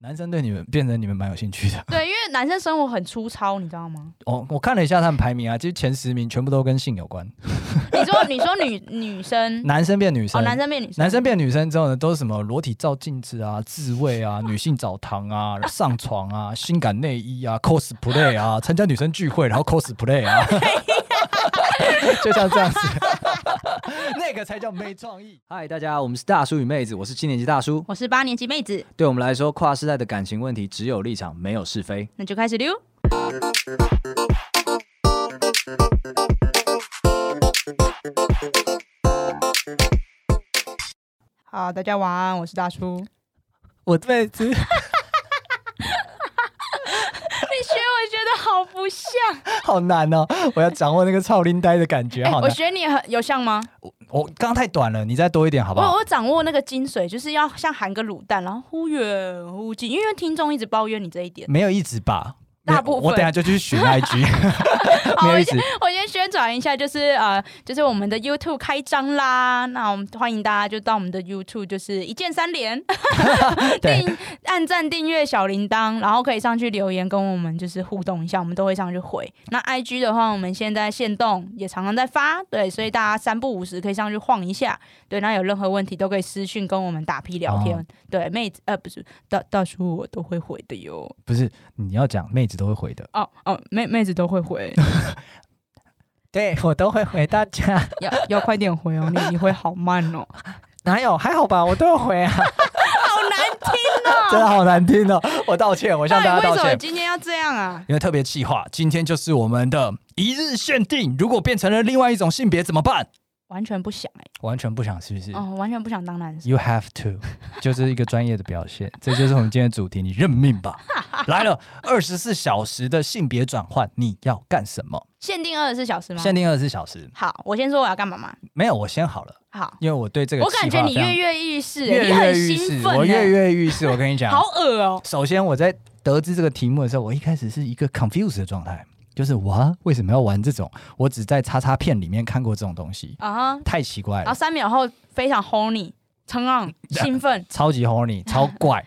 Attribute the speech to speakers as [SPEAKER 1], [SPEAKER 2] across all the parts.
[SPEAKER 1] 男生对你们变成你们蛮有兴趣的。
[SPEAKER 2] 对，因为男生生活很粗糙，你知道吗？
[SPEAKER 1] 哦，我看了一下他们排名啊，其实前十名全部都跟性有关，
[SPEAKER 2] 你说你说女女生
[SPEAKER 1] 男生变女生，
[SPEAKER 2] 嗯哦，男生变女生，
[SPEAKER 1] 男生变女生之后呢，都是什么裸体照镜子啊、自慰啊、 女性澡堂啊、上床啊、性感内衣啊、cosplay 啊、参加女生聚会然后 cosplay 啊， 就像这样子， 那个才叫没创意。嗨，大家，我们是大叔与妹子，我是七年级大叔。
[SPEAKER 2] 我是八年级妹子，
[SPEAKER 1] 对我们来说，跨世代的感情问题只有立场，没有是非。
[SPEAKER 2] 那就开始溜。好，大家晚安，我是大叔。你
[SPEAKER 1] 我妹子，
[SPEAKER 2] 学我觉得好不像，
[SPEAKER 1] 好难哦，我要掌握那个超龄呆的感觉，
[SPEAKER 2] 哎、
[SPEAKER 1] 好
[SPEAKER 2] 我
[SPEAKER 1] 难。
[SPEAKER 2] 学你很有像吗？
[SPEAKER 1] 我刚刚太短了，你再多一点好不
[SPEAKER 2] 我
[SPEAKER 1] 好？
[SPEAKER 2] 我掌握那个精髓，就是要像含个卤蛋，然后忽远忽近，因为听众一直抱怨你这一点。
[SPEAKER 1] 没有一直吧，
[SPEAKER 2] 大部分
[SPEAKER 1] 我等下就去 学 IG，
[SPEAKER 2] 好，
[SPEAKER 1] 没有
[SPEAKER 2] 我
[SPEAKER 1] 一直
[SPEAKER 2] 先。 我先宣传一下，就是呃，就是我们的 YouTube 开张啦，那我们欢迎大家就到我们的 YouTube，就是一键三连，
[SPEAKER 1] 对
[SPEAKER 2] 订按赞、订阅、小铃铛，然后可以上去留言跟我们就是互动一下，我们都会上去回。那 IG 的话，我们现在限动也常常在发，对，所以大家三不五时可以上去晃一下，对，那有任何问题都可以私讯跟我们打屁聊天，
[SPEAKER 1] 哦
[SPEAKER 2] 对，妹子呃不是大大叔我都会回的哟，
[SPEAKER 1] 不是你要讲，妹子都会回的。
[SPEAKER 2] 哦哦妹妹子都会回，
[SPEAKER 1] 对我都会回大家，
[SPEAKER 2] 要要快点回哦，你你会好慢哦。
[SPEAKER 1] 哪有还好吧？我都有回 啊，！
[SPEAKER 2] 好难听 哦
[SPEAKER 1] 真的好难听哦，我道歉，我向大家道
[SPEAKER 2] 到哎底为什么
[SPEAKER 1] 歉。
[SPEAKER 2] 今天要这样啊？
[SPEAKER 1] 因为特别计划，今天就是我们的一日限定。如果变成了另外一种性别怎么办？
[SPEAKER 2] 完全不想哎、
[SPEAKER 1] 完全不想，是不是、
[SPEAKER 2] 哦，完全不想当男生。
[SPEAKER 1] y o u have to，就是一 个专业的表现。这就是我们今天的主题，你认命 吧。来了，二十四小时的性别转换，你要干什么？
[SPEAKER 2] 限定二十四小时吗？
[SPEAKER 1] 限定二十四小时，
[SPEAKER 2] 好，我先说我要干嘛嘛。
[SPEAKER 1] 没有，我先好了，
[SPEAKER 2] 好，
[SPEAKER 1] 因为我对这个
[SPEAKER 2] 我感
[SPEAKER 1] 计划
[SPEAKER 2] 觉你
[SPEAKER 1] 非常
[SPEAKER 2] 跃跃欲试、欸，
[SPEAKER 1] 跃
[SPEAKER 2] 你
[SPEAKER 1] 跃
[SPEAKER 2] 很
[SPEAKER 1] 欲
[SPEAKER 2] 兴
[SPEAKER 1] 试，
[SPEAKER 2] 奋、欸，
[SPEAKER 1] 我跃跃欲试。我跟你讲，
[SPEAKER 2] 好恶哦、
[SPEAKER 1] 首先我在得知这个题目的时候，我一开始是一个 confused 的状态，就是哇，为什么要玩这种？我只在叉叉片里面看过这种东西，
[SPEAKER 2] 啊哈！
[SPEAKER 1] 太奇怪
[SPEAKER 2] 然后
[SPEAKER 1] 了，
[SPEAKER 2] 三秒后非常 horny，冲浪 兴奋，
[SPEAKER 1] 超级 horny，超怪，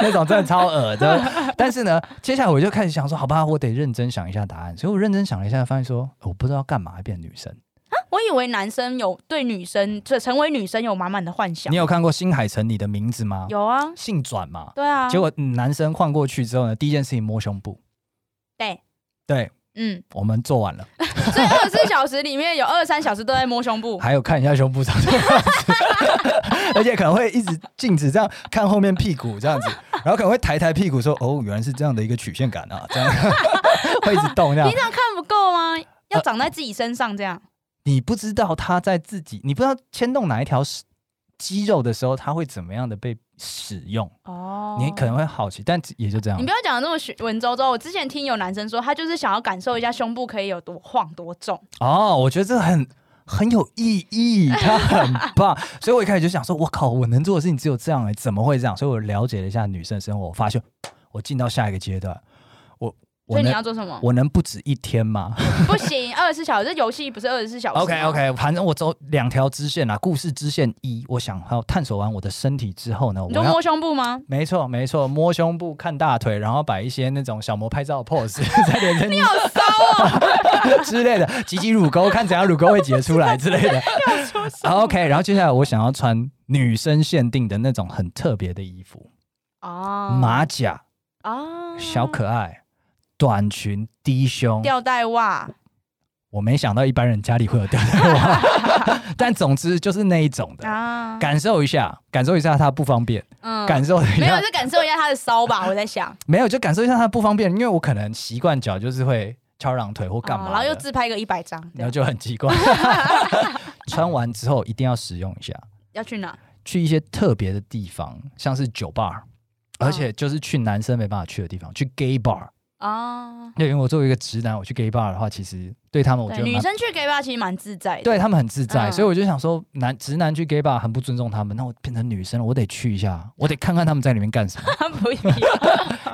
[SPEAKER 1] 那种真的超恶的。但是呢，接下来我就开始想说，好吧，我得认真想一下答案。所以我认真想了一下，发现说，呃我不知道干嘛还变女生。
[SPEAKER 2] 我以为男生有对女生，这成为女生有满满的幻想
[SPEAKER 1] 你。有看过《新海诚你的名字》吗？
[SPEAKER 2] 有啊，
[SPEAKER 1] 性转嘛？
[SPEAKER 2] 对啊，
[SPEAKER 1] 结果、嗯男生换过去之后呢，第一件事情摸胸部。
[SPEAKER 2] 对，
[SPEAKER 1] 对，
[SPEAKER 2] 嗯，
[SPEAKER 1] 我们做完了。
[SPEAKER 2] 所以二十四小时里面有二三小时都在摸 胸部。
[SPEAKER 1] 还有看一下胸部长什么样子，而且可能会一直镜子这样看后面屁股这样子，然后可能会抬抬屁股说：“哦，原来是这样的一个曲线感啊！”这样 会一直动这样
[SPEAKER 2] 平。常看不够吗？要长在自己身上这样。
[SPEAKER 1] 你不知道他在自己，你不知道牵动哪一条肌肉的时候，他会怎么样的被使用，
[SPEAKER 2] 哦，
[SPEAKER 1] 你可能会好奇，但也就这样
[SPEAKER 2] 你。不要讲的那么学文绉绉。我之前听有男生说，他就是想要感受一下胸部可以有多晃多重。
[SPEAKER 1] 哦，我觉得这很。很有意义，他 很棒，所以我一开始就想说，我靠，我能做的事情只有这样哎、怎么会这样？所以我了解了一下女生生活，我发现我进到下一个阶段，我
[SPEAKER 2] 所
[SPEAKER 1] 我
[SPEAKER 2] 以你
[SPEAKER 1] 能
[SPEAKER 2] 要做什么？
[SPEAKER 1] 我能不止一天吗
[SPEAKER 2] 不行，二十四小时，这游戏不是二十四小时吗。
[SPEAKER 1] ？OK OK，反正我走两条支线啦，故事支线一，我想要探索完我的身体之后呢，我
[SPEAKER 2] 你就
[SPEAKER 1] 要
[SPEAKER 2] 摸胸部吗？
[SPEAKER 1] 没错没错，摸胸部、看大腿，然后摆一些那种小模拍照的 pose 在脸上，你好骚哦 之类的，挤挤乳沟，看怎样乳沟会挤得出来之类的。OK，然后接下来我想要穿女生限定的那种很特别的衣服，
[SPEAKER 2] 哦，
[SPEAKER 1] 马甲、
[SPEAKER 2] 啊，
[SPEAKER 1] 小可爱、短裙、低胸。
[SPEAKER 2] 吊带袜，
[SPEAKER 1] 我没想到一般人家里会有吊带袜， 但总之就是那一种的，
[SPEAKER 2] 啊，
[SPEAKER 1] 感受一下，感受一下它不方便，
[SPEAKER 2] 嗯
[SPEAKER 1] 感受一
[SPEAKER 2] 没
[SPEAKER 1] 下
[SPEAKER 2] 有，就感受一下他的骚吧。我 在想，
[SPEAKER 1] 没有，就感受一下它不方便，因为我可能习惯脚就是会翘二郎腿或干嘛
[SPEAKER 2] 哦
[SPEAKER 1] 的、
[SPEAKER 2] 然后又自拍个一百张，
[SPEAKER 1] 然后就很奇怪。穿完之后一定要使用一下，
[SPEAKER 2] 要去哪？
[SPEAKER 1] 去一些特别的地方，像是酒吧，而且就是去男生没办法去的地方，去 gay bar。
[SPEAKER 2] 啊，
[SPEAKER 1] 因为我作为一个直男，我去 gay bar 的话，其实对他们我觉
[SPEAKER 2] 对，
[SPEAKER 1] 得
[SPEAKER 2] 女
[SPEAKER 1] 蛮。
[SPEAKER 2] 生去 gay 吧其实蛮自在的。
[SPEAKER 1] 对他们很自在，
[SPEAKER 2] 嗯
[SPEAKER 1] 所以我就想说，男直男去 gay bar 很不尊重他们，那我变成女生了，我得去一下，我得看看他们在里面干什么。
[SPEAKER 2] 不一样。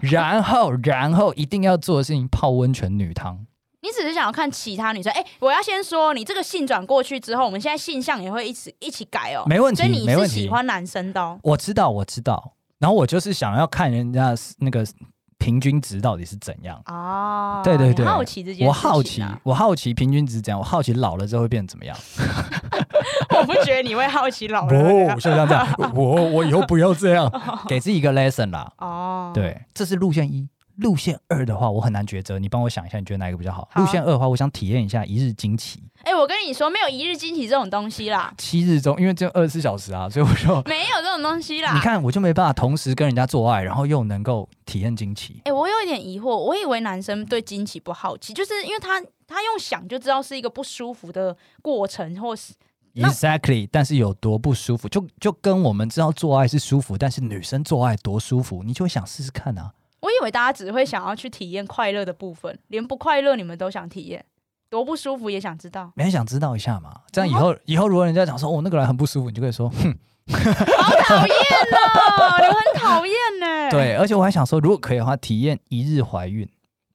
[SPEAKER 1] 然后，然后一定要做的事情，泡温泉女汤。
[SPEAKER 2] 你只是想要看其他女生。哎、我要先说，你这个性转过去之后，我们现在性向也会一起一起改哦。
[SPEAKER 1] 没问题
[SPEAKER 2] 所以你
[SPEAKER 1] 没
[SPEAKER 2] 是
[SPEAKER 1] 问题
[SPEAKER 2] 喜欢男生的、哦。
[SPEAKER 1] 我知道，我知道，然后我就是想要看人家那个平均值到底是怎样。
[SPEAKER 2] 哦，
[SPEAKER 1] 对对
[SPEAKER 2] 你
[SPEAKER 1] 对
[SPEAKER 2] 好奇这件事情、啊
[SPEAKER 1] 我好奇，我好奇平均值是怎样，我好奇老了之后会变怎么样。
[SPEAKER 2] 我不觉得你会好奇老
[SPEAKER 1] 不，
[SPEAKER 2] 人啊会怎
[SPEAKER 1] 哦
[SPEAKER 2] 样
[SPEAKER 1] 像这样， 我我以后不要这样，给自己一个 lesson 啦。
[SPEAKER 2] 哦，，
[SPEAKER 1] 对，这是路线一。路线二的话，我很难抉择，你帮我想一下，你觉得哪一个比较好？
[SPEAKER 2] 好
[SPEAKER 1] 路线二的话，我想体验一下一日惊奇，
[SPEAKER 2] 哎、我跟你说，没有一日惊喜这种东西啦，
[SPEAKER 1] 七日中，因为只有二十四小时啊，所以我就
[SPEAKER 2] 没有这种东西啦。
[SPEAKER 1] 你，看，我就没办法同时跟人家做爱，然后又能够体验惊奇
[SPEAKER 2] 哎、。我有一点疑惑，我以为男生对惊喜不好奇，就是因为他他用想就知道是一个不舒服的过程，或是那
[SPEAKER 1] Exactly，但是有多不舒服，就就跟我们知道做爱是舒服，但是女生做爱多舒服，你就会想试试看啊。。
[SPEAKER 2] 我以为大家只会想要去体验快乐的部分，连不快乐你们都想体验，多不舒服也想知道
[SPEAKER 1] 没人想知道一下嘛？这样以
[SPEAKER 2] 嗯
[SPEAKER 1] 后、以后如果人家讲说哦那个人很不舒服，你就可以 说哼
[SPEAKER 2] 好讨厌 哦，你很讨厌呢。，
[SPEAKER 1] 对。而且我还想说，如果可以的话，体验一日怀孕，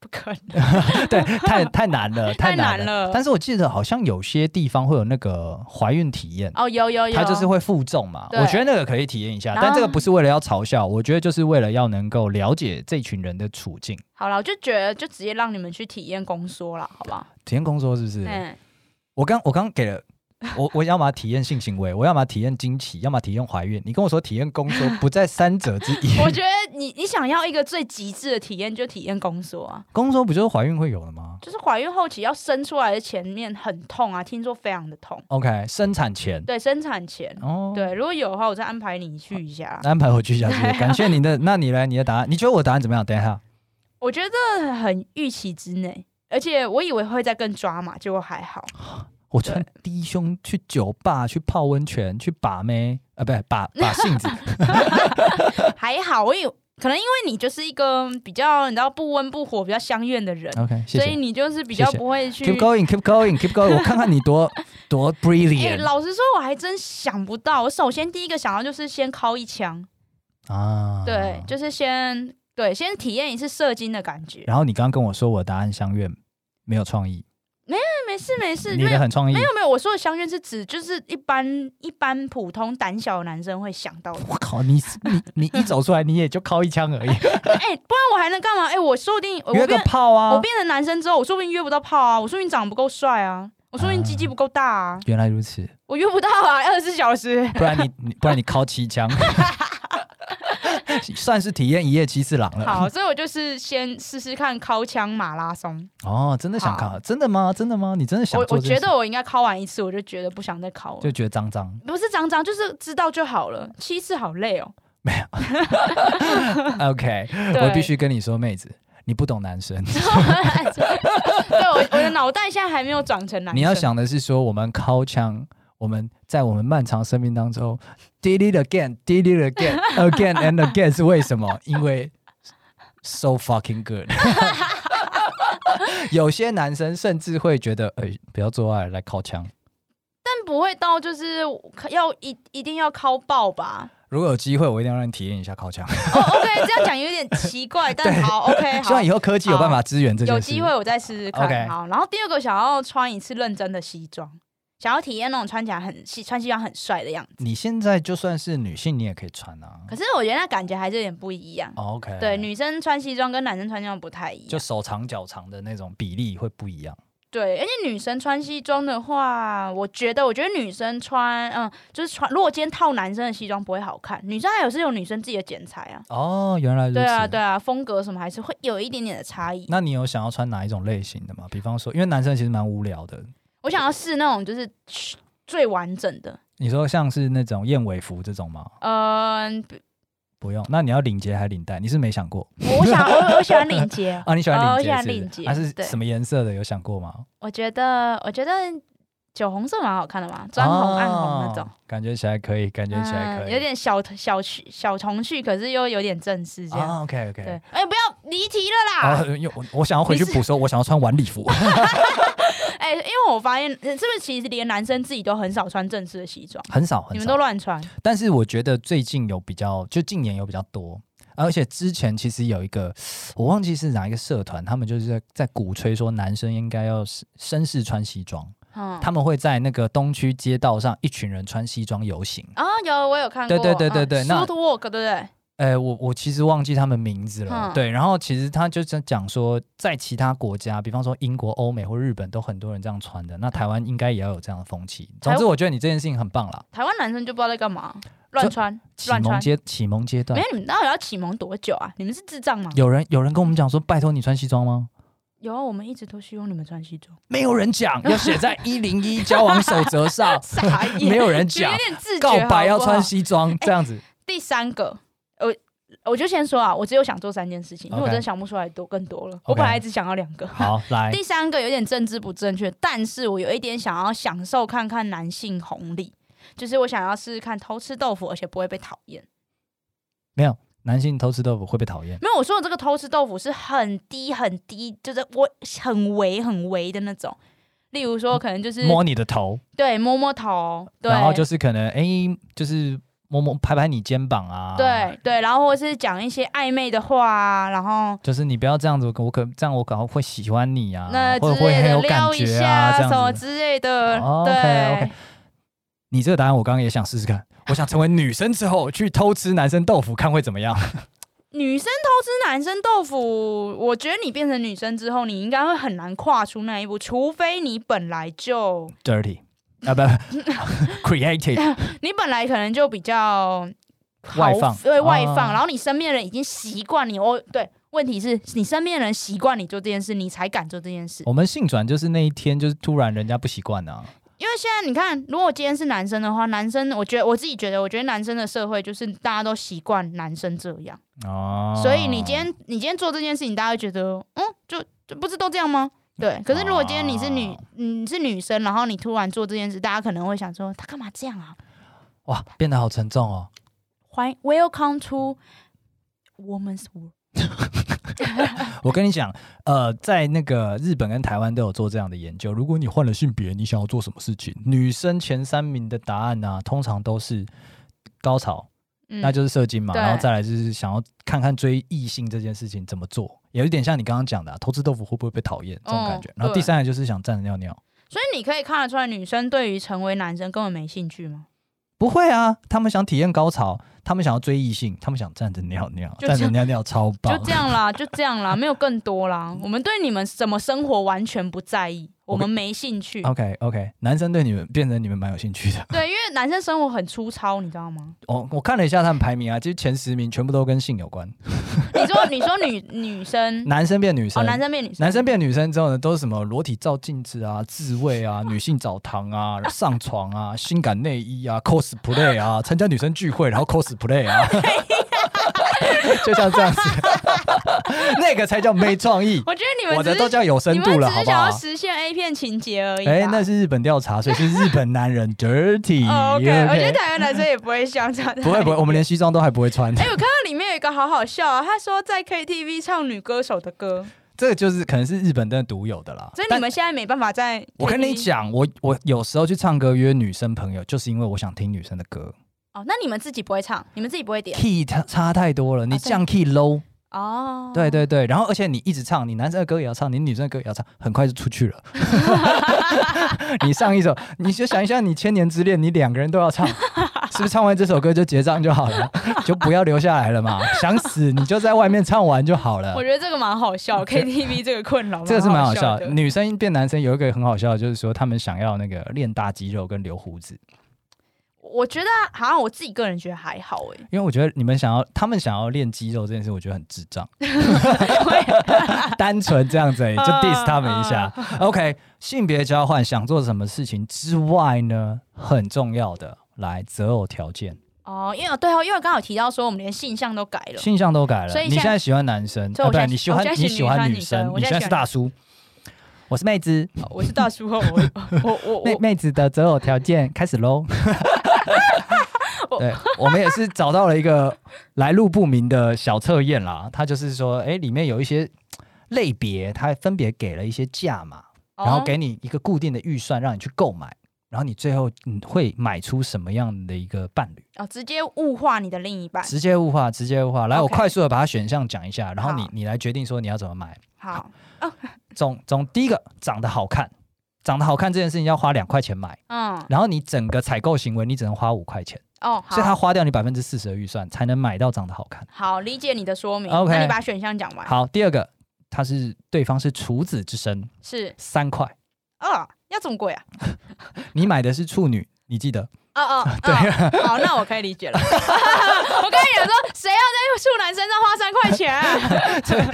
[SPEAKER 2] 不可能。
[SPEAKER 1] 对，太太难 了，
[SPEAKER 2] 太
[SPEAKER 1] 难
[SPEAKER 2] 难了
[SPEAKER 1] 但是我记得好像有些地方会有那个怀孕体验。
[SPEAKER 2] 哦，有有有，
[SPEAKER 1] 它就是会负重嘛，
[SPEAKER 2] 对
[SPEAKER 1] 我觉得那个可以体验一下，
[SPEAKER 2] 然后
[SPEAKER 1] 但这个不是为了要嘲笑，我觉得就是为了要能够了解这群人的处境。
[SPEAKER 2] 好了，我就觉得就直接让你们去体验宫缩了，好不好？
[SPEAKER 1] 体验工作是不是？
[SPEAKER 2] 嗯，
[SPEAKER 1] 我刚我刚给了我，我要么体验性行为，我要么体验惊奇，要么体验怀孕。你跟我说体验工作不在三者之一，
[SPEAKER 2] 我觉得你你想要一个最极致的体验，就体验宫缩啊，
[SPEAKER 1] 工作不就是怀孕会有的吗
[SPEAKER 2] 就是怀孕后期要生出来的前面很痛啊，听说非常的痛。
[SPEAKER 1] ？OK，生产前
[SPEAKER 2] 对，生产前，
[SPEAKER 1] 哦，，
[SPEAKER 2] 对，如果有的话，我再安排你去一下。啊
[SPEAKER 1] 安排我去一下是不是感谢您的，那你来你的答案，你觉得我答案怎么样？等一下，
[SPEAKER 2] 我觉得很预期之内，而且我以为会再更抓嘛，结果还好。
[SPEAKER 1] 我穿低胸去酒吧去泡温泉去把妹啊，不是把把性 子，
[SPEAKER 2] 还好，我有可能因为你就是一个比较你知道不温不火、比较相怨的人，
[SPEAKER 1] OK，谢
[SPEAKER 2] 所以
[SPEAKER 1] 谢。
[SPEAKER 2] 你就是比较
[SPEAKER 1] 谢谢
[SPEAKER 2] 不会去。
[SPEAKER 1] Keep going, keep going, keep going。我看看你多多
[SPEAKER 2] 哎、
[SPEAKER 1] brilliant
[SPEAKER 2] 老实说，我还真想不到。我首先第一个想到就是先敲一枪，
[SPEAKER 1] 啊！
[SPEAKER 2] 对，就是先对，先体验一次射精的感觉。
[SPEAKER 1] 然后你刚刚跟我说我的答案相愿，没有创意，
[SPEAKER 2] 没事没事，
[SPEAKER 1] 你
[SPEAKER 2] 没有
[SPEAKER 1] 的很创意
[SPEAKER 2] 没。有没有，我说的相怨是指就是一般一般普通胆小的男生会想到的。
[SPEAKER 1] 我靠，你你你一走出来，你也就靠一枪而已，
[SPEAKER 2] 哎、不然我还能干嘛？哎、我说不定 我
[SPEAKER 1] 约个
[SPEAKER 2] 变、
[SPEAKER 1] 炮
[SPEAKER 2] 我
[SPEAKER 1] 啊！
[SPEAKER 2] 变成男生之后，我说不定约不到炮啊，我说不定长得不够帅啊，我说不定鸡鸡不够大啊，
[SPEAKER 1] 原来如此，
[SPEAKER 2] 我约不到啊，二十四小时。
[SPEAKER 1] 不然你 你不然你靠七枪， 算是体验一夜七次郎了。
[SPEAKER 2] 好，所以我就是先试试看靠枪马拉松。
[SPEAKER 1] 哦，真的想靠？真的吗？真的吗？你真的想
[SPEAKER 2] 我
[SPEAKER 1] 做
[SPEAKER 2] 我
[SPEAKER 1] 这件
[SPEAKER 2] 觉
[SPEAKER 1] 事？
[SPEAKER 2] 得我应该考完一次，我就觉得不想再考了
[SPEAKER 1] 就。觉得脏 脏。
[SPEAKER 2] 不是脏脏，就是知道就好了。七次好累 哦。
[SPEAKER 1] OK，
[SPEAKER 2] 对
[SPEAKER 1] 我必须跟你说，妹子，你不懂男生。
[SPEAKER 2] 对，我我的脑袋现在还没有转成男生。
[SPEAKER 1] 你要想的是说，我们靠枪，我们在我们漫长生命当中，did it again，did it again，again and again 是为什么？因为 so fucking good。有些男生甚至会觉得，哎、不要做爱，来靠枪。
[SPEAKER 2] 但不会到就是要一一定要靠爆吧、
[SPEAKER 1] 如果有机会，我一定要让你体验一下靠枪。
[SPEAKER 2] 哦 o k 这样讲有点 奇怪，但好，OK，
[SPEAKER 1] 希望以
[SPEAKER 2] 哎好。
[SPEAKER 1] 后科技有办法支援这件
[SPEAKER 2] 有
[SPEAKER 1] 事。
[SPEAKER 2] 机会我再试试看。
[SPEAKER 1] OK
[SPEAKER 2] 好，然后第二个想要穿一次认真的西装，想要体验那种穿起来很西穿西装很帅的样子。
[SPEAKER 1] 你现在就算是女性，你也可以穿啊。
[SPEAKER 2] 可是我觉得那感觉还是有点不一样。
[SPEAKER 1] 哦 OK，
[SPEAKER 2] 对，女生穿西装跟男生穿西装不太一
[SPEAKER 1] 就
[SPEAKER 2] 样。
[SPEAKER 1] 手长脚长的那种比例会不一样。
[SPEAKER 2] 对，而且女生穿西装的话，我觉得，我觉得女生穿，嗯，就是穿，如果今天套男生的西装不会好看，女生还有是有女生自己的剪裁啊，
[SPEAKER 1] 哦，原来如此。
[SPEAKER 2] 对啊，对啊，风格什么还是会有一点点的差异。
[SPEAKER 1] 那你有想要穿哪一种类型的吗？比方说，因为男生其实蛮无聊的，
[SPEAKER 2] 我想要试那种就是最完整的，
[SPEAKER 1] 你说像是那种燕尾服这种吗？
[SPEAKER 2] 嗯、
[SPEAKER 1] 不用，那你要领结还领带？你是没想 过，
[SPEAKER 2] 我想我我喜欢领结
[SPEAKER 1] 啊？你喜欢
[SPEAKER 2] 哦
[SPEAKER 1] 领
[SPEAKER 2] 我
[SPEAKER 1] 结
[SPEAKER 2] 喜
[SPEAKER 1] 是
[SPEAKER 2] 欢
[SPEAKER 1] 不是
[SPEAKER 2] 领结
[SPEAKER 1] 啊、是
[SPEAKER 2] 对
[SPEAKER 1] 什么颜色的？有想过吗？
[SPEAKER 2] 我觉得我觉得酒红色蛮好看的嘛，砖红暗红那种
[SPEAKER 1] 哦，，感觉起来可以，感觉起来可
[SPEAKER 2] 嗯
[SPEAKER 1] 以，
[SPEAKER 2] 有点小小趣小童趣，可是又有点正式这样。
[SPEAKER 1] 啊，OK OK。
[SPEAKER 2] 对，哎、不要离题了啦！
[SPEAKER 1] 啊，因为我我想要回去补说，我想要穿晚礼服。
[SPEAKER 2] 哎、因为我发现，呃是不是其实连男生自己都很少穿正式的西装，
[SPEAKER 1] 很少很
[SPEAKER 2] 你们
[SPEAKER 1] 少
[SPEAKER 2] 都，乱穿？
[SPEAKER 1] 但是我觉得最近有比较，就近年有比较多，而且之前其实有一个，我忘记是哪一个社团，他们就是在在鼓吹说男生应该要绅绅士穿西装，
[SPEAKER 2] 嗯，
[SPEAKER 1] 他们会在那个东区街道上，一群人穿西装游行。
[SPEAKER 2] 啊、有我有看过，
[SPEAKER 1] 对对对对对
[SPEAKER 2] 嗯
[SPEAKER 1] 那
[SPEAKER 2] Slow to Walk，对不对？
[SPEAKER 1] 呃，我我其实忘记他们名字了。
[SPEAKER 2] 嗯
[SPEAKER 1] 对，然后其实他就是讲说，在其他国家，比方说英国、欧美或日本，都很多人这样穿的。那台湾应该也要有这样的风气。总
[SPEAKER 2] 台
[SPEAKER 1] 之，我觉得你这件事情很棒啦。
[SPEAKER 2] 台湾男生就不知道在干嘛，乱穿
[SPEAKER 1] 启
[SPEAKER 2] 乱
[SPEAKER 1] 蒙
[SPEAKER 2] 穿。
[SPEAKER 1] 阶启蒙阶段
[SPEAKER 2] 没有，，你们到底要启蒙多久啊？你们是智障吗？
[SPEAKER 1] 有人有人跟我们讲说，拜托你穿西装吗？
[SPEAKER 2] 有啊，我们一直都希望你们穿西装，，
[SPEAKER 1] 没有人讲，要写在一零一交往守则上
[SPEAKER 2] 傻眼，
[SPEAKER 1] 没有人
[SPEAKER 2] 就有
[SPEAKER 1] 讲。
[SPEAKER 2] 点自觉
[SPEAKER 1] 告白要
[SPEAKER 2] 好不好
[SPEAKER 1] 穿西装这样子，
[SPEAKER 2] 第三个，我我就先说啊，我只有想做三件事情，因为我
[SPEAKER 1] OK
[SPEAKER 2] 真的想不出来多更多了。我本来只想要两个。
[SPEAKER 1] 好来，
[SPEAKER 2] 哎第三个有点政治不正确，但是我有一点想要享受看看男性红利，就是我想要试试看偷吃豆腐，而且不会被讨厌。
[SPEAKER 1] 男性偷吃豆腐会被讨厌。
[SPEAKER 2] 没有，我说的这个偷吃豆腐是很低很低，就是我很微很微的那种。例如说，可能就是
[SPEAKER 1] 嗯摸你的头，
[SPEAKER 2] 对摸摸头，对，
[SPEAKER 1] 然后就是可能哎、就是摸摸拍拍你肩膀啊，，
[SPEAKER 2] 对对，然后或是讲一些暧昧的话啊，然后
[SPEAKER 1] 就是你不要这样子，我可我可这样我搞会喜欢你啊，
[SPEAKER 2] 那
[SPEAKER 1] 会
[SPEAKER 2] 之
[SPEAKER 1] 会
[SPEAKER 2] 类
[SPEAKER 1] 很
[SPEAKER 2] 的
[SPEAKER 1] 有感
[SPEAKER 2] 撩一
[SPEAKER 1] 觉
[SPEAKER 2] 下、
[SPEAKER 1] 啊，这
[SPEAKER 2] 什么
[SPEAKER 1] 样子。
[SPEAKER 2] 之类的，
[SPEAKER 1] 哦
[SPEAKER 2] 对
[SPEAKER 1] OK，OK 你这个答案我刚刚也想试试看，我想成为女生之后去偷吃男生豆腐，看会怎么样。
[SPEAKER 2] 女生偷吃男生豆腐，我觉得你变成女生之后，你应该会很难跨出那一步，除非你本来就，
[SPEAKER 1] Dirty 啊不，creative
[SPEAKER 2] 你本来可能就比较豪
[SPEAKER 1] 外放
[SPEAKER 2] 对外放，
[SPEAKER 1] 哦
[SPEAKER 2] 然后你身边的人已经习惯你，哦，对，问题是你身边的人习惯你做这件事，你才敢做这件事。
[SPEAKER 1] 我们性转就是那一天，就是突然人家不习惯啊，
[SPEAKER 2] 因为现在你看，如果今天是男生的话，男生我觉得我自己觉得，我觉得男生的社会就是大家都习惯男生这样，
[SPEAKER 1] 哦，
[SPEAKER 2] 所以你今天你今天做这件事情，大家会觉得，嗯，就就不是都这样吗？对。可是如果今天你是女、
[SPEAKER 1] 哦
[SPEAKER 2] 你是女生，然后你突然做这件事，大家可能会想说，他干嘛这样啊？
[SPEAKER 1] 哇变得好沉重哦，
[SPEAKER 2] 欢迎 Welcome to Woman's World。
[SPEAKER 1] 我跟你讲，呃，在那个日本跟台湾都有做这样的研究。如果你换了性别，你想要做什么事情？女生前三名的答案呢、啊通常都是高潮，
[SPEAKER 2] 嗯
[SPEAKER 1] 那就是射精嘛，
[SPEAKER 2] 对
[SPEAKER 1] 然后再来就是想要看看追异性这件事情怎么做，有一点像你刚刚讲的、啊，偷吃豆腐会不会被讨厌这种感觉。
[SPEAKER 2] 嗯
[SPEAKER 1] 然后第
[SPEAKER 2] 对
[SPEAKER 1] 三个就是想站着尿尿，
[SPEAKER 2] 所以你可以看得出来，女生对于成为男生根本没兴趣吗？
[SPEAKER 1] 不会啊，他们想体验高潮，他们想要追异性，他们想站着尿尿，
[SPEAKER 2] 就
[SPEAKER 1] 站
[SPEAKER 2] 这
[SPEAKER 1] 着
[SPEAKER 2] 样
[SPEAKER 1] 尿尿超棒
[SPEAKER 2] 就。这样 啦，就这样啦，没有更多啦。我们对你们怎么生活完全不在意，我们没兴趣。
[SPEAKER 1] OK OK，男生对你们变成你们蛮有兴趣的。哦
[SPEAKER 2] 对，因为男生生活很粗糙，你知道吗？
[SPEAKER 1] 我我看了一下他们排名啊，其实前十名全部都跟性有关，
[SPEAKER 2] 你说，你说女女生
[SPEAKER 1] 男生变女生，
[SPEAKER 2] 嗯哦，男生变女生，
[SPEAKER 1] 男生变女生之后呢，都是什么裸体照镜子啊、自慰 啊、女性澡堂啊、上床啊、性感内衣啊、cosplay 啊、参加女生聚会然后 cosplay 啊，就像这样子，那个才叫没创意，
[SPEAKER 2] 我觉 得你
[SPEAKER 1] 我
[SPEAKER 2] 们
[SPEAKER 1] 的
[SPEAKER 2] 只
[SPEAKER 1] 都
[SPEAKER 2] 是
[SPEAKER 1] 叫有
[SPEAKER 2] 你
[SPEAKER 1] 深度
[SPEAKER 2] 们
[SPEAKER 1] 了，
[SPEAKER 2] 只
[SPEAKER 1] 好
[SPEAKER 2] 是
[SPEAKER 1] 不
[SPEAKER 2] 想
[SPEAKER 1] 好？
[SPEAKER 2] 要实现 A 片情节而已啊啦。
[SPEAKER 1] 哎、那是日本调查，所以是日本男人 dirty。
[SPEAKER 2] 哦 OK，
[SPEAKER 1] OK
[SPEAKER 2] 我觉得台湾男生也不会像这样。
[SPEAKER 1] 不会不会，我们连西装都还不会穿。
[SPEAKER 2] 哎，我看到里面有一个好好笑啊，他说在 KTV 唱女歌手的歌，
[SPEAKER 1] 这个就是可能是日本真的独有的啦。
[SPEAKER 2] 所以
[SPEAKER 1] 但
[SPEAKER 2] 你们现在没办法在 KTV。
[SPEAKER 1] 我跟你讲，我我有时候去唱歌约女生朋友，就是因为我想听女生的歌
[SPEAKER 2] 哦，那你们自己不会唱，你们自己不会点
[SPEAKER 1] ，key 差差太多了，你
[SPEAKER 2] 啊对
[SPEAKER 1] 降 key low，、
[SPEAKER 2] 哦。
[SPEAKER 1] 对对对，然后而且你一直唱，你男生的歌也要唱，你女生的歌也要唱，很快就出去 了。你上一首，你就想一下，你《千年之恋》，你两个人都要唱，是不是唱完这首歌就结账就好了，就不要留下来了嘛？想死你就在外面唱完就好了
[SPEAKER 2] 我。觉得这个蛮 好笑，KTV 这个困扰，
[SPEAKER 1] 这个是蛮好笑
[SPEAKER 2] 笑
[SPEAKER 1] 的，
[SPEAKER 2] 的。
[SPEAKER 1] 女生变男生有一个很好笑的，就是说他们想要那个练大肌肉跟留胡子。
[SPEAKER 2] 我觉得好像我自己个人觉得还好哎、
[SPEAKER 1] 因为我觉得你们想要，他们想要练肌肉这件事，我觉得很智 障， 单纯这样子而已，就 diss 他们一下。OK，性
[SPEAKER 2] 嗯
[SPEAKER 1] 别交换想做什么事情之外呢，很重要的来择偶条件，
[SPEAKER 2] 哦，因为对哦，因为刚好提到说我们连性向都改了，
[SPEAKER 1] 性向都改了。
[SPEAKER 2] 所以
[SPEAKER 1] 你
[SPEAKER 2] 现
[SPEAKER 1] 现
[SPEAKER 2] 在
[SPEAKER 1] 在喜欢男生，
[SPEAKER 2] 所以
[SPEAKER 1] 啊
[SPEAKER 2] 我
[SPEAKER 1] 不
[SPEAKER 2] 现在
[SPEAKER 1] 然你喜
[SPEAKER 2] 我现
[SPEAKER 1] 欢
[SPEAKER 2] 在
[SPEAKER 1] 你
[SPEAKER 2] 喜
[SPEAKER 1] 喜欢
[SPEAKER 2] 欢
[SPEAKER 1] 女
[SPEAKER 2] 女生
[SPEAKER 1] 生，
[SPEAKER 2] 我
[SPEAKER 1] 你
[SPEAKER 2] 现
[SPEAKER 1] 现在
[SPEAKER 2] 在
[SPEAKER 1] 是
[SPEAKER 2] 喜欢
[SPEAKER 1] 大叔，我是妹子，
[SPEAKER 2] 哦我是大叔后，我我我
[SPEAKER 1] 妹
[SPEAKER 2] 我
[SPEAKER 1] 妹子的择偶条件开始喽
[SPEAKER 2] 我。
[SPEAKER 1] 对，我们也是找到了一个来路不明的小测验啦。它就是说，哎，里面有一些类别，它分别给了一些价码，
[SPEAKER 2] 哦
[SPEAKER 1] 然后给你一个固定的预算，让你去购买，然后你最后你会买出什么样的一个伴侣？
[SPEAKER 2] 哦，直接物化你的另一半。
[SPEAKER 1] 直接物化，直接物化。来，我
[SPEAKER 2] 哎 OK
[SPEAKER 1] 快速的把它选项讲一下，然后你
[SPEAKER 2] 好
[SPEAKER 1] 你来决定说你要怎么买。
[SPEAKER 2] 好，
[SPEAKER 1] 总总第一个长得好看，长得好看这件事情要花两块钱买，
[SPEAKER 2] 嗯，
[SPEAKER 1] 然后你整个采购行为你只能花五块钱，
[SPEAKER 2] 哦，
[SPEAKER 1] 所以他
[SPEAKER 2] 好，
[SPEAKER 1] 花掉你百分之四十的预算才能买到长得好看。
[SPEAKER 2] 好，理解你的说明。
[SPEAKER 1] OK
[SPEAKER 2] 那你把选项讲完。
[SPEAKER 1] 好，第二个，他是对方是处子之身，
[SPEAKER 2] 是
[SPEAKER 1] 三块，
[SPEAKER 2] 啊，要这么贵啊？
[SPEAKER 1] 你买的是处女，你记得？
[SPEAKER 2] 哦哦，对，好，那我可以理解了。 我跟你讲说，谁要在处男身上花三块钱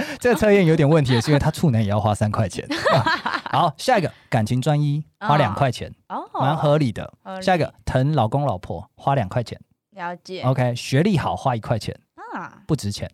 [SPEAKER 2] 啊？
[SPEAKER 1] 这个测验有点问题，也是因为他处男也要花三块钱。啊好，下一个感情专一花两块钱，
[SPEAKER 2] 哦，
[SPEAKER 1] 蛮合理的。
[SPEAKER 2] 合理
[SPEAKER 1] 下一个哦疼老公老婆花两块钱
[SPEAKER 2] 了解
[SPEAKER 1] ，OK，学历好花一块钱，
[SPEAKER 2] 啊
[SPEAKER 1] 不值钱。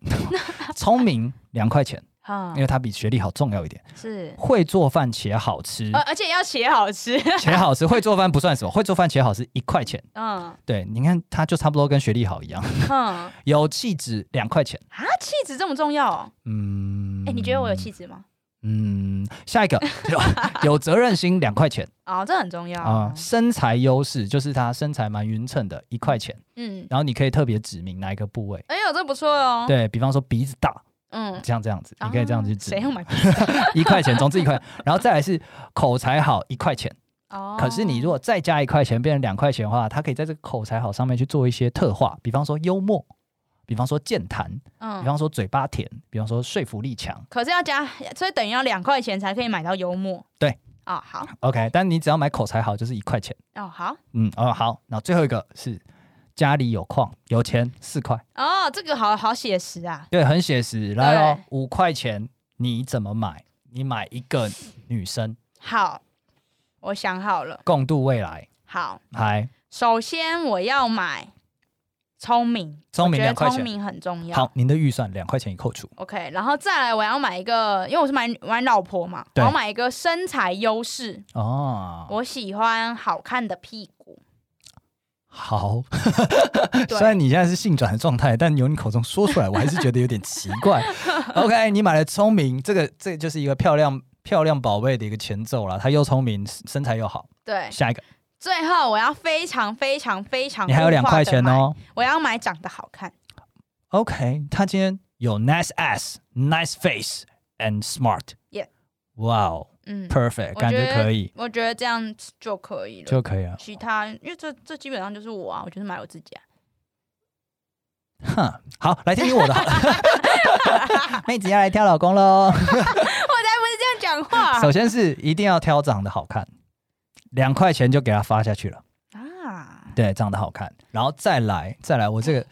[SPEAKER 1] 聪明两块钱，
[SPEAKER 2] 啊
[SPEAKER 1] 因，为他比学历好重要一点。
[SPEAKER 2] 是，呃
[SPEAKER 1] 会做饭且好吃
[SPEAKER 2] 而，而且要写好吃。
[SPEAKER 1] 且好吃。会做饭不算什么，会做饭且好吃一块钱。
[SPEAKER 2] 嗯
[SPEAKER 1] 对，你看他就差不多跟学历好一样。
[SPEAKER 2] 哼，
[SPEAKER 1] 有气质两块钱，
[SPEAKER 2] 啊，气质这么重要哦？
[SPEAKER 1] 嗯，
[SPEAKER 2] 哎，你觉得我有？气质吗？
[SPEAKER 1] 嗯，下一个 有有责任心两块钱
[SPEAKER 2] 哦，这很重要
[SPEAKER 1] 啊、身材优势就是他身材蛮匀称的，一块钱。
[SPEAKER 2] 嗯，
[SPEAKER 1] 然后你可以特别指明哪一个部位，
[SPEAKER 2] 哎呦，这不错哦。
[SPEAKER 1] 对比方说鼻子大，
[SPEAKER 2] 嗯，
[SPEAKER 1] 像这样子，你可以这样去
[SPEAKER 2] 啊
[SPEAKER 1] 指
[SPEAKER 2] 谁啊要
[SPEAKER 1] 明，
[SPEAKER 2] 买？
[SPEAKER 1] 一块钱，总之一块。然后再来是口才好一块钱，
[SPEAKER 2] 哦，
[SPEAKER 1] 可是你如果再加一块钱变成两块钱的话，他可以在这个口才好上面去做一些特化，比方说幽默，比方说健谈，比
[SPEAKER 2] 嗯，
[SPEAKER 1] 方说嘴巴甜，比方说说服力强。
[SPEAKER 2] 可是要加，所以等于要两块钱才可以买到幽默。
[SPEAKER 1] 对，
[SPEAKER 2] 哦，好，
[SPEAKER 1] OK，但你只要买口才好就是一块钱。
[SPEAKER 2] 哦，好，
[SPEAKER 1] 嗯，哦好，那最后一个是家里有矿有钱四块，
[SPEAKER 2] 哦，这个好好写实啊。
[SPEAKER 1] 对，很写实。来哦，五块钱你怎么买？你买一个女生
[SPEAKER 2] 好，我想好了。
[SPEAKER 1] 共度未来，
[SPEAKER 2] 好，
[SPEAKER 1] 还
[SPEAKER 2] 首先我要买聪明，
[SPEAKER 1] 聪
[SPEAKER 2] 我
[SPEAKER 1] 明
[SPEAKER 2] 觉得
[SPEAKER 1] 两块
[SPEAKER 2] 聪
[SPEAKER 1] 钱。
[SPEAKER 2] 明很重要。
[SPEAKER 1] 好，您的预算两块钱一扣除，
[SPEAKER 2] OK，然后再来我要买一个，因为我是买买老婆嘛，我
[SPEAKER 1] 对
[SPEAKER 2] 要买一个身材优势，
[SPEAKER 1] 哦，
[SPEAKER 2] 我喜欢好看的屁股。
[SPEAKER 1] 好。
[SPEAKER 2] 对
[SPEAKER 1] 虽然你现在是性转的状态，但由你口中说出来，我还是觉得有点奇 怪。OK，你买了聪明，这个这就是一个漂亮漂亮宝贝的一个前奏啦。她又聪明，身材又好。
[SPEAKER 2] 对，
[SPEAKER 1] 下一个，
[SPEAKER 2] 最后我要非常非常非常，
[SPEAKER 1] 你还有两块钱，哦。
[SPEAKER 2] 我要买长得好看。
[SPEAKER 1] OK，他今天有 nice ass, nice face and smart.
[SPEAKER 2] Yeah.
[SPEAKER 1] Wow,
[SPEAKER 2] 嗯，
[SPEAKER 1] perfect，
[SPEAKER 2] 我
[SPEAKER 1] 感
[SPEAKER 2] 觉
[SPEAKER 1] 觉
[SPEAKER 2] 得
[SPEAKER 1] 可以
[SPEAKER 2] 我觉得这样就可以了。
[SPEAKER 1] 就可以了。
[SPEAKER 2] 其他，因为这这基本上就是我啊，我就是买我自己啊。
[SPEAKER 1] 哼，好，来听听 我的好 了。妹子要来挑老公喽。
[SPEAKER 2] 我才不是这样讲 话
[SPEAKER 1] 首先是一定要挑长得好看，两块钱就给他发下去了。
[SPEAKER 2] 啊！
[SPEAKER 1] 对，长得好看，然后再来再来，我这个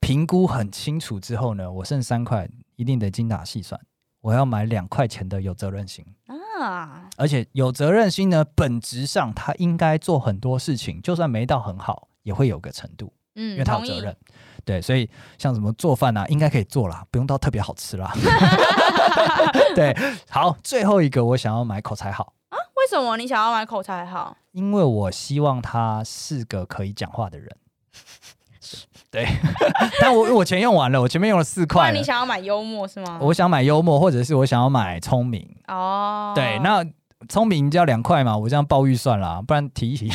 [SPEAKER 1] 评估很清楚之后呢，我剩三块，一定得精打细算。我要买两块钱的有责任心。
[SPEAKER 2] 啊，
[SPEAKER 1] 而且有责任心呢，本质上他应该做很多事情，就算没到很好，也会有个程度，
[SPEAKER 2] 嗯，
[SPEAKER 1] 因为他有
[SPEAKER 2] 同意
[SPEAKER 1] 责任。对，所以像什么做饭啊，应该可以做啦，不用到特别好吃 啦。 对，好，最后一个我想要买口才好，
[SPEAKER 2] 为什么你想要买口才好？
[SPEAKER 1] 因为我希望他是个可以讲话的人。对， 但我我钱用完了，我前面用了四
[SPEAKER 2] 不
[SPEAKER 1] 块
[SPEAKER 2] 然
[SPEAKER 1] 了
[SPEAKER 2] 你想要买幽默是吗？
[SPEAKER 1] 我想买幽默，或者是我想要买聪明。
[SPEAKER 2] 哦，
[SPEAKER 1] 对，那聪明就要两块嘛，我这样报预算啦，不然提一 提。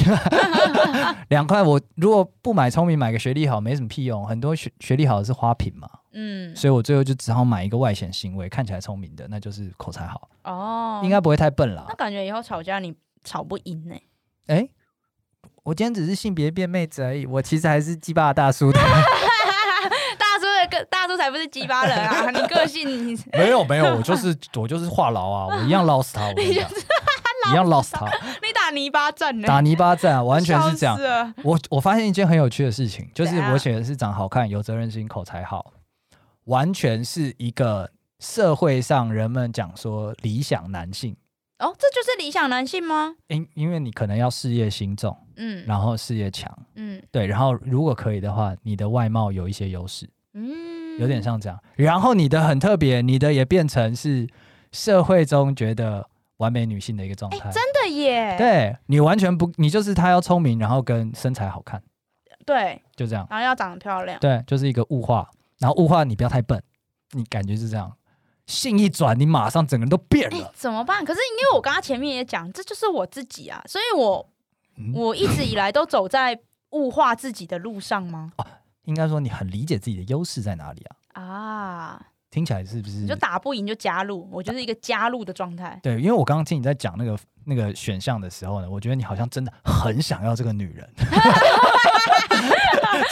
[SPEAKER 1] 两块，我如果不买聪明，买个学历好没什么屁用，很多学学历好的是花瓶嘛，
[SPEAKER 2] 嗯，
[SPEAKER 1] 所以我最后就只好买一个外显行为看起来聪明的，那就是口才好，
[SPEAKER 2] 哦，
[SPEAKER 1] 应该不会太笨啦
[SPEAKER 2] 那。感觉以后吵架你吵不赢呢。
[SPEAKER 1] 哎、我今天只是性别变妹子而已，我其实还是鸡巴大 叔的。
[SPEAKER 2] 大叔的个大叔才不是鸡巴人啊！ 你个性你
[SPEAKER 1] 没有没有，我就是我就是话痨啊，我一样捞死他，我跟你讲，一样捞死他，
[SPEAKER 2] 你打泥巴战呢？
[SPEAKER 1] 打泥巴战、啊，完全是这样
[SPEAKER 2] 笑。死了
[SPEAKER 1] 我我发现一件很有趣的事情，就是
[SPEAKER 2] 怎样
[SPEAKER 1] 我写的是长好看、有责任心、口才好，完全是一个社会上人们讲说理想男性。
[SPEAKER 2] 哦，这就是理想男性吗？
[SPEAKER 1] 因因为你可能要事业心重，
[SPEAKER 2] 嗯
[SPEAKER 1] 然后事业强，
[SPEAKER 2] 嗯
[SPEAKER 1] 对，然后如果可以的话，你的外貌有一些优势，
[SPEAKER 2] 嗯，
[SPEAKER 1] 有点像这样。然后你的很特别，你的也变成是社会中觉得完美女性的一个状态。
[SPEAKER 2] 哎真的耶。
[SPEAKER 1] 对你完全不，你就是她要聪明，然后跟身材好看，
[SPEAKER 2] 对，
[SPEAKER 1] 就这样。
[SPEAKER 2] 然后要长得漂亮。
[SPEAKER 1] 对，就是一个物化，然后物化你不要太笨，你感觉是这样，性一转，你马上整个人都变
[SPEAKER 2] 哎、
[SPEAKER 1] 了。
[SPEAKER 2] 怎么办？可是因为我刚刚前面也讲，这就是我自己啊，所以我
[SPEAKER 1] 嗯
[SPEAKER 2] 我一直以来都走在物化
[SPEAKER 1] 哦
[SPEAKER 2] 自己的路上吗？
[SPEAKER 1] 应该说你很理解自己的优势在哪里啊？
[SPEAKER 2] 啊，
[SPEAKER 1] 听起来是不是
[SPEAKER 2] 你就？打不赢就加入，我就是一个加入的 状态。
[SPEAKER 1] 对，因为我刚刚听你在讲那个那个选项的时候呢，我觉得你好像真的很想要这个女人。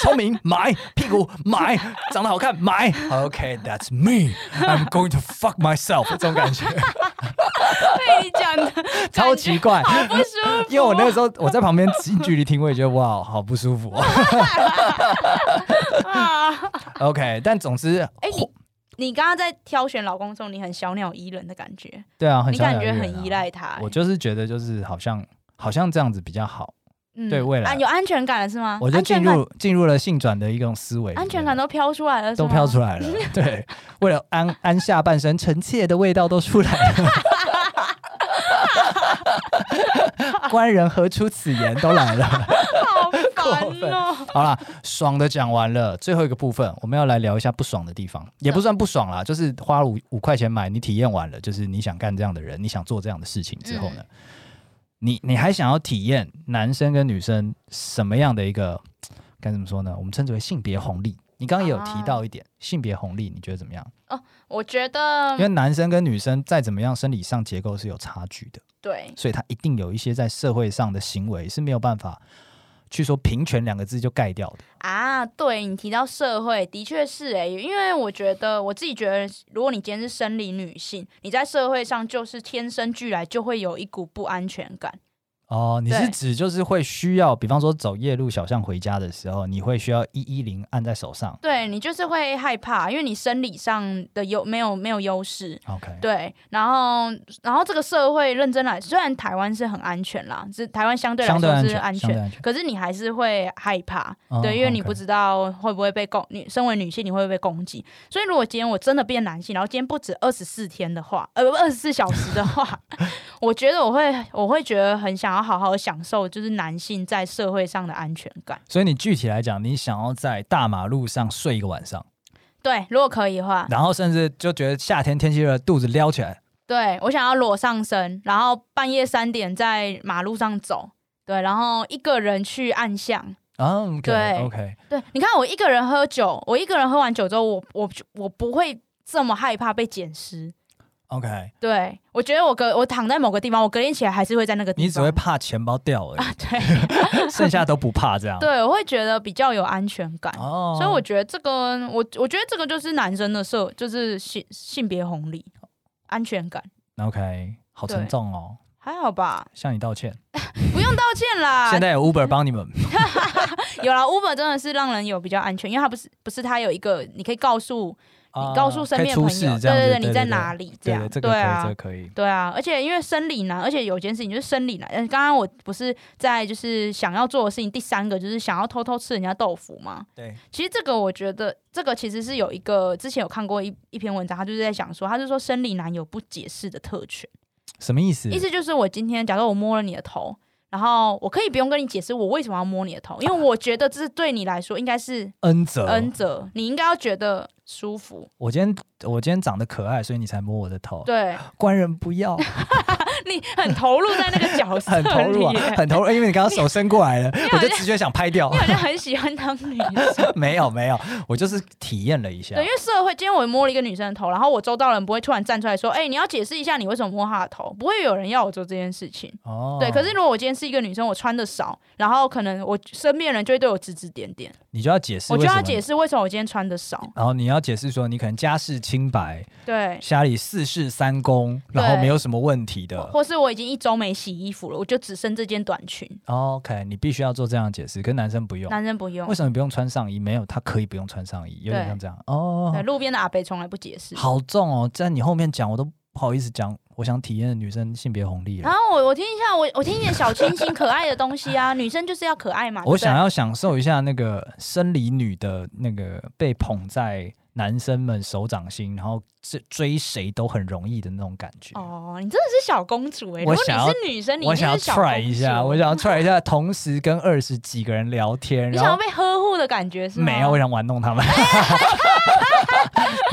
[SPEAKER 1] 聪明买，屁股买，长得好看买。OK，that's、me. I'm going to fuck myself。这 种感觉
[SPEAKER 2] 被你讲的
[SPEAKER 1] 超奇怪，
[SPEAKER 2] 好不舒服，啊
[SPEAKER 1] 因为我那个时候我在旁边近距离听，我也觉得哇，好不舒服、哦。
[SPEAKER 2] 啊，
[SPEAKER 1] OK，但总之，
[SPEAKER 2] 哎、你你刚刚在挑选老公的时候，你很小鸟依人的感觉，
[SPEAKER 1] 对啊，很
[SPEAKER 2] 你
[SPEAKER 1] 想
[SPEAKER 2] 感
[SPEAKER 1] 养
[SPEAKER 2] 觉
[SPEAKER 1] 育
[SPEAKER 2] 很
[SPEAKER 1] 人啊
[SPEAKER 2] 依。赖他、欸
[SPEAKER 1] 我就是觉得就是好像好像这样子比较好，
[SPEAKER 2] 嗯
[SPEAKER 1] 对未来
[SPEAKER 2] 啊有安全感了是吗？
[SPEAKER 1] 我就
[SPEAKER 2] 安全
[SPEAKER 1] 进
[SPEAKER 2] 感
[SPEAKER 1] 入进入了性转的一种思维里面，
[SPEAKER 2] 安全感都飘出来了，
[SPEAKER 1] 都飘出
[SPEAKER 2] 来。
[SPEAKER 1] 来了。对，为了安安下半身，臣妾的味道都出来了。 官人何出此言？都来了。
[SPEAKER 2] 好
[SPEAKER 1] 过
[SPEAKER 2] 烦
[SPEAKER 1] 分
[SPEAKER 2] 哦、
[SPEAKER 1] 好啦，爽的讲完了，最后一个部分我们要来聊一下不爽的地方，也不算不爽啦，就是花五五块钱买，你体验完了，就是你想干这样的人，你想做这样的事情之后呢，你你还想要体验男生跟女生什么样的一个该怎么说呢？我们称之为性别红利。你刚刚也有提到一点、性别红利，你觉得怎么样？
[SPEAKER 2] 我觉得
[SPEAKER 1] 因为男生跟女生再怎么样，生理上结构是有差距的，
[SPEAKER 2] 对，
[SPEAKER 1] 所以他一定有一些在社会上的行为是没有办法去说平权两个字就盖掉的。
[SPEAKER 2] 啊，对你提到社会，的确是哎、因为我觉得我自己觉得，如果你今天是生理女性，你在社会上就是天生俱来就会有一股不安全感。
[SPEAKER 1] 哦，你是
[SPEAKER 2] 对
[SPEAKER 1] 指就是会需要，比方说走夜路小巷回家的时候，你会需要一一零按在手上。
[SPEAKER 2] 对你就是会害怕，因为你生理上的优没有没有优势。
[SPEAKER 1] OK，
[SPEAKER 2] 对，然后然后这个社会认真来，虽然台湾是很安全啦，只台湾相对来
[SPEAKER 1] 相对
[SPEAKER 2] 说
[SPEAKER 1] 安全，
[SPEAKER 2] 是
[SPEAKER 1] 相对安全。
[SPEAKER 2] 可是你还是会害怕，
[SPEAKER 1] 哦
[SPEAKER 2] 对，因为你
[SPEAKER 1] OK
[SPEAKER 2] 不知道会不会被攻，你身为女性你会不会被攻击？所以如果今天我真的变男性，然后今天不止二十四天的话，呃，不二十四小时的话， 我觉得我会我会觉得很想要好好享受，就是男性在社会上的安全感。
[SPEAKER 1] 所以你具体来讲，你想要在大马路上睡一个晚上，
[SPEAKER 2] 对，如果可以的话，
[SPEAKER 1] 然后甚至就觉得夏天天气热，肚子撩起来，
[SPEAKER 2] 对我想要裸上身，然后半夜三点在马路上走，对，然后一个人去暗巷。
[SPEAKER 1] 啊，OK
[SPEAKER 2] 对
[SPEAKER 1] OK，
[SPEAKER 2] 对，你看我一个人喝酒，我一个人喝完酒之后，我我我不会这么害怕被捡尸。
[SPEAKER 1] OK，
[SPEAKER 2] 对，我觉得我隔我躺在某个地方，我隔天起来还是会在那个地方。
[SPEAKER 1] 你只会怕钱包掉而已，
[SPEAKER 2] 对
[SPEAKER 1] 剩下都不怕这 样。
[SPEAKER 2] 对，我会觉得比较有安全感。
[SPEAKER 1] 哦，
[SPEAKER 2] 所以我觉得这个，我我觉得这个就是男生的社，就是性性别红利，安全感
[SPEAKER 1] OK，好沉
[SPEAKER 2] 对
[SPEAKER 1] 重哦，
[SPEAKER 2] 还好吧，
[SPEAKER 1] 向你道歉。
[SPEAKER 2] 不用道歉啦
[SPEAKER 1] 现。在有 Uber 帮你们，
[SPEAKER 2] 有啦 Uber 真的是让人有比较安全，因为它不是不是它有一个，你可以告诉你
[SPEAKER 1] 啊
[SPEAKER 2] 告诉身
[SPEAKER 1] 可以
[SPEAKER 2] 边的
[SPEAKER 1] 出
[SPEAKER 2] 朋
[SPEAKER 1] 事
[SPEAKER 2] 友，
[SPEAKER 1] 这样子
[SPEAKER 2] 对
[SPEAKER 1] 对
[SPEAKER 2] 你在哪
[SPEAKER 1] 里？
[SPEAKER 2] 里这
[SPEAKER 1] 对
[SPEAKER 2] 样
[SPEAKER 1] 对，，这个可
[SPEAKER 2] 对
[SPEAKER 1] 以，
[SPEAKER 2] 啊
[SPEAKER 1] 这个可以。
[SPEAKER 2] 对啊，而且因为生理男，而且有件事情就是生理男。嗯，刚刚我不是在就是想要做的事情，第三个就是想要偷偷吃人家豆腐嘛。
[SPEAKER 1] 对，
[SPEAKER 2] 其实这个我觉得，这个其实是有一个之前有看过一一篇文章，他就是在想说，他就说生理男有不解释的特权，
[SPEAKER 1] 什么意思？
[SPEAKER 2] 意思就是我今天假如我摸了你的头，然后我可以不用跟你解释我为什么要摸你的头，因为我觉得这是对你来说应该是
[SPEAKER 1] 恩泽，
[SPEAKER 2] 恩泽，你应该要觉得舒服。
[SPEAKER 1] 我今天我今天长得可爱，所以你才摸我的头。
[SPEAKER 2] 对
[SPEAKER 1] 官人不要，
[SPEAKER 2] 你很投入在那个角色 里，
[SPEAKER 1] 很投入啊，很投入，因为你刚刚手伸过来了，我就直觉想拍掉
[SPEAKER 2] 你。好像很喜欢当女生。
[SPEAKER 1] 没有没有，我就是体验了一下
[SPEAKER 2] 对，。因为社会今天我摸了一个女生的头，然后我周到人不会突然站出来说：“哎、你要解释一下你为什么摸她的头。”不会有人要我做这件事情。
[SPEAKER 1] 哦，
[SPEAKER 2] 对，可是如果我今天是一个女生，我穿的少，然后可能我身边人就会对我指指点点，
[SPEAKER 1] 你就要解释，
[SPEAKER 2] 我就要解。释为什么我今天穿的少。
[SPEAKER 1] 然后你要解释说，你可能家世清白，
[SPEAKER 2] 对，
[SPEAKER 1] 家里四世三公，然后没有什么问题的。
[SPEAKER 2] 或是我已经一周没洗衣服了，我就只剩这件短裙。
[SPEAKER 1] 哦 OK，你必须要做这样的解释，可是男生不用。
[SPEAKER 2] 男生不用
[SPEAKER 1] 为。什么不用穿上衣？没有，他可以不用穿上衣，有点
[SPEAKER 2] 对
[SPEAKER 1] 像这样哦
[SPEAKER 2] 对，。路边的阿伯从来不解释。
[SPEAKER 1] 好重哦，在你后面讲我都不好意思讲，我想体验的女生性别红利
[SPEAKER 2] 然
[SPEAKER 1] 了。
[SPEAKER 2] 后我我听一下，我我听一点小清新可爱的东西 啊，女生就是要可爱嘛。
[SPEAKER 1] 我
[SPEAKER 2] 对不对
[SPEAKER 1] 想要享受一下那个生理女的那个被捧在男生们手掌心，然后追追谁都很容易的那种感觉。
[SPEAKER 2] 哦，你真的是小公主哎、如
[SPEAKER 1] 我
[SPEAKER 2] 果你
[SPEAKER 1] 想要
[SPEAKER 2] 是女生，你
[SPEAKER 1] 我
[SPEAKER 2] 一
[SPEAKER 1] 想
[SPEAKER 2] 定
[SPEAKER 1] 要
[SPEAKER 2] 是小公主。欸
[SPEAKER 1] try 一下，我想 要 try 一下，同时跟二十几个人聊天，
[SPEAKER 2] 你
[SPEAKER 1] 然
[SPEAKER 2] 想要
[SPEAKER 1] 后
[SPEAKER 2] 被呵护的感觉是吗？
[SPEAKER 1] 没有，我想玩弄他 们。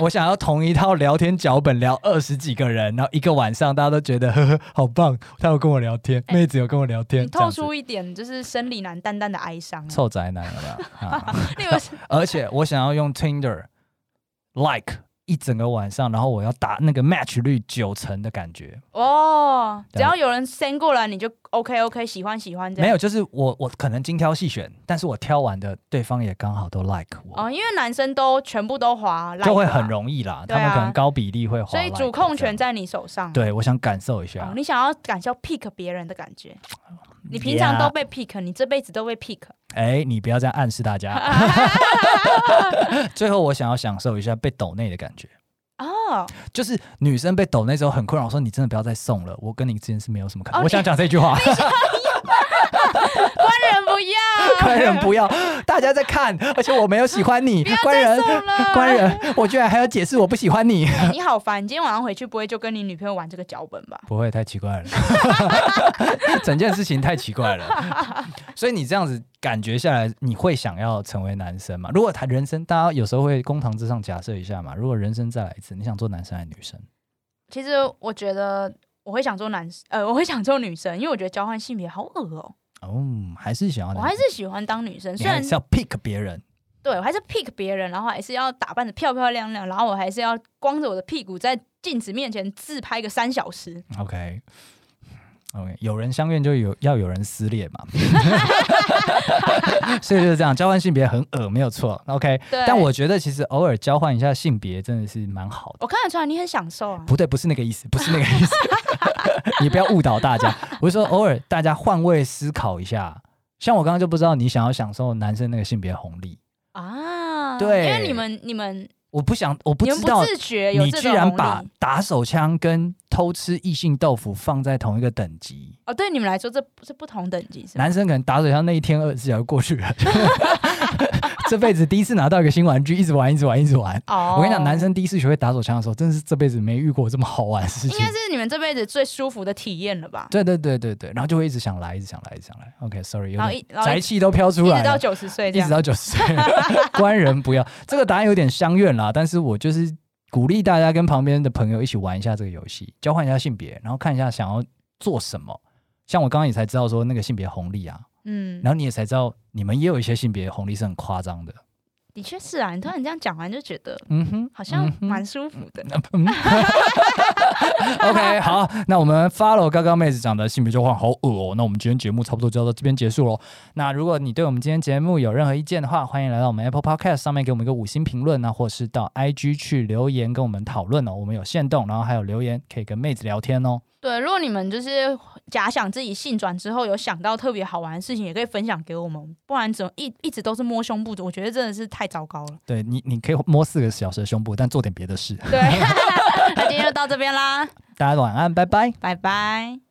[SPEAKER 1] 我想要同一套聊天脚本聊二十几个人，然后一个晚上大家都觉得呵呵好棒，他有跟我聊天，妹子有跟我聊天，
[SPEAKER 2] 哎你
[SPEAKER 1] 这样
[SPEAKER 2] 透
[SPEAKER 1] 子
[SPEAKER 2] 出一点就是生理男淡淡的哀伤、啊。
[SPEAKER 1] 臭宅男了吧、啊？
[SPEAKER 2] 那个是
[SPEAKER 1] 而且我想要用 Tinder like 一整个晚上，然后我要打那个 match 率九成的感觉。
[SPEAKER 2] 哦，
[SPEAKER 1] 对啊
[SPEAKER 2] 只要有人 send 过来，你就 OK OK，喜欢喜欢这
[SPEAKER 1] 没
[SPEAKER 2] 样。
[SPEAKER 1] 有，就是我我可能精挑细选，但是我挑完的对方也刚好都 like 我，
[SPEAKER 2] 哦，因为男生都全部都滑，
[SPEAKER 1] 就会
[SPEAKER 2] like 嘛
[SPEAKER 1] 很容易啦。
[SPEAKER 2] 对
[SPEAKER 1] 他
[SPEAKER 2] 啊
[SPEAKER 1] 们可能高比例会滑
[SPEAKER 2] 所
[SPEAKER 1] like
[SPEAKER 2] 以
[SPEAKER 1] 的，
[SPEAKER 2] 主控权
[SPEAKER 1] 这样。
[SPEAKER 2] 在你手上。
[SPEAKER 1] 对，我啊想感受一
[SPEAKER 2] 哦
[SPEAKER 1] 下，。
[SPEAKER 2] 你想要感受 pick 别人的感觉，你平常都被 pick，你这辈子都被 pick。
[SPEAKER 1] 哎，你不要这样暗示大 家。最后，我想要享受一下被抖内的感觉，
[SPEAKER 2] 哦，
[SPEAKER 1] 就是女生被抖内之后很困扰，我说你真的不要再送了，我跟你之间是没有什么可能。
[SPEAKER 2] 哦
[SPEAKER 1] 我想讲这句 话，
[SPEAKER 2] 官人不要，
[SPEAKER 1] 官人不要，大家在看，而且我没有喜欢你，官人，
[SPEAKER 2] 送了，
[SPEAKER 1] 官人，我居然还要解释我不喜欢你。
[SPEAKER 2] 哎，你好烦！你今天晚上回去不会就跟你女朋友玩这个脚本吧？
[SPEAKER 1] 不会太奇 怪了，整件事情太奇怪了。所以你这样子感觉下来，你会想要成为男生吗？如果他人生，大家有时候会公堂之上假设一下嘛，如果人生再来一次，你想做男生还是女生？
[SPEAKER 2] 其实我觉得我会想做男，呃，我会想做女生，因为我觉得交换性别好恶哦、
[SPEAKER 1] 哦，还是想要
[SPEAKER 2] 我
[SPEAKER 1] 男
[SPEAKER 2] 还
[SPEAKER 1] 生？
[SPEAKER 2] 是喜欢当女生，
[SPEAKER 1] 你
[SPEAKER 2] 虽然
[SPEAKER 1] 还是要 pick 别人，
[SPEAKER 2] 对我还是 pick 别人，然后还是要打扮的漂漂亮亮，然后我还是要光着我的屁股在镜子面前自拍个三小时。
[SPEAKER 1] OK。OK，有人相恋就有要有人撕裂 嘛，所以就是这样，交换性别很恶，没有错。OK，
[SPEAKER 2] 对，
[SPEAKER 1] 但我觉得其实偶尔交换一下性别真的是蛮好的。
[SPEAKER 2] 我看得出来你很享受啊。
[SPEAKER 1] 不对，不是那个意思，不是那个意思， 你不要误导大家。我是说，偶尔大家换位思考一下。像我刚刚就不知道你想要享受男生那个性别红利，
[SPEAKER 2] 啊，
[SPEAKER 1] 对
[SPEAKER 2] 因为你们你们
[SPEAKER 1] 我不想，我不
[SPEAKER 2] 你
[SPEAKER 1] 知
[SPEAKER 2] 们
[SPEAKER 1] 道
[SPEAKER 2] 不自觉有
[SPEAKER 1] 你
[SPEAKER 2] 这
[SPEAKER 1] 居
[SPEAKER 2] 种
[SPEAKER 1] 然
[SPEAKER 2] 红
[SPEAKER 1] 把
[SPEAKER 2] 利
[SPEAKER 1] 打手枪跟偷吃异性豆腐放在同一个等级。
[SPEAKER 2] 哦，对你们来说这是不同等级是吗？
[SPEAKER 1] 男生可能打手枪那一天二十四小时过去了， 这辈子第一次拿到一个新玩具，一直玩，一直玩，一直玩。
[SPEAKER 2] 哦，
[SPEAKER 1] 我跟你讲，男生第一次学会打手枪的时候，真的是这辈子没遇过这么好玩的事
[SPEAKER 2] 应
[SPEAKER 1] 情
[SPEAKER 2] 该。是你们这辈子最舒服的体验了吧？
[SPEAKER 1] 对对对对对，然后就会一直想来，一直想来，一直想来。OK，sorry，、有
[SPEAKER 2] 然后
[SPEAKER 1] 点
[SPEAKER 2] 一然后
[SPEAKER 1] 宅气都飘出
[SPEAKER 2] 一
[SPEAKER 1] 来
[SPEAKER 2] 直到
[SPEAKER 1] 了，
[SPEAKER 2] 九十岁这
[SPEAKER 1] 一直
[SPEAKER 2] 样。
[SPEAKER 1] 到九十岁， 官人不要。这个答案有点相怨啦，但是我就是鼓励大家跟旁边的朋友一起玩一下这个游戏，交换一下性别，然后看一下想要做什么。像我刚刚也才知道说那个性别红利啊，
[SPEAKER 2] 嗯
[SPEAKER 1] 然，后你也才知道你们也有一些性别红利是很夸张的。
[SPEAKER 2] 的确是啊，你突然这样讲完就觉得
[SPEAKER 1] 嗯哼，
[SPEAKER 2] 好像
[SPEAKER 1] 嗯哼
[SPEAKER 2] 蛮舒服的。
[SPEAKER 1] 嗯 OK，好， 那我们 follow 刚刚妹子讲的性别交换，好恶哦。那我们今天节目差不多就到这边结束喽。那如果你对我们今天节目有任何意见的话，欢迎来到我们 Apple Podcast 上面给我们一个五星评论啊，或是到 IG 去留言跟我们讨论哦。我们有限动，然后还有留言可以跟妹子聊天哦。
[SPEAKER 2] 对，如果你们就是假想自己性转之后有想到特别好玩的事情，也可以分享给我们，不然怎么一一直都是摸胸部的，我觉得真的是太糟糕了。
[SPEAKER 1] 对你，你可以摸四个小时的胸部， 但做点别的事。
[SPEAKER 2] 对，那今天就到这边啦，
[SPEAKER 1] 大家晚安，拜拜。
[SPEAKER 2] 拜拜。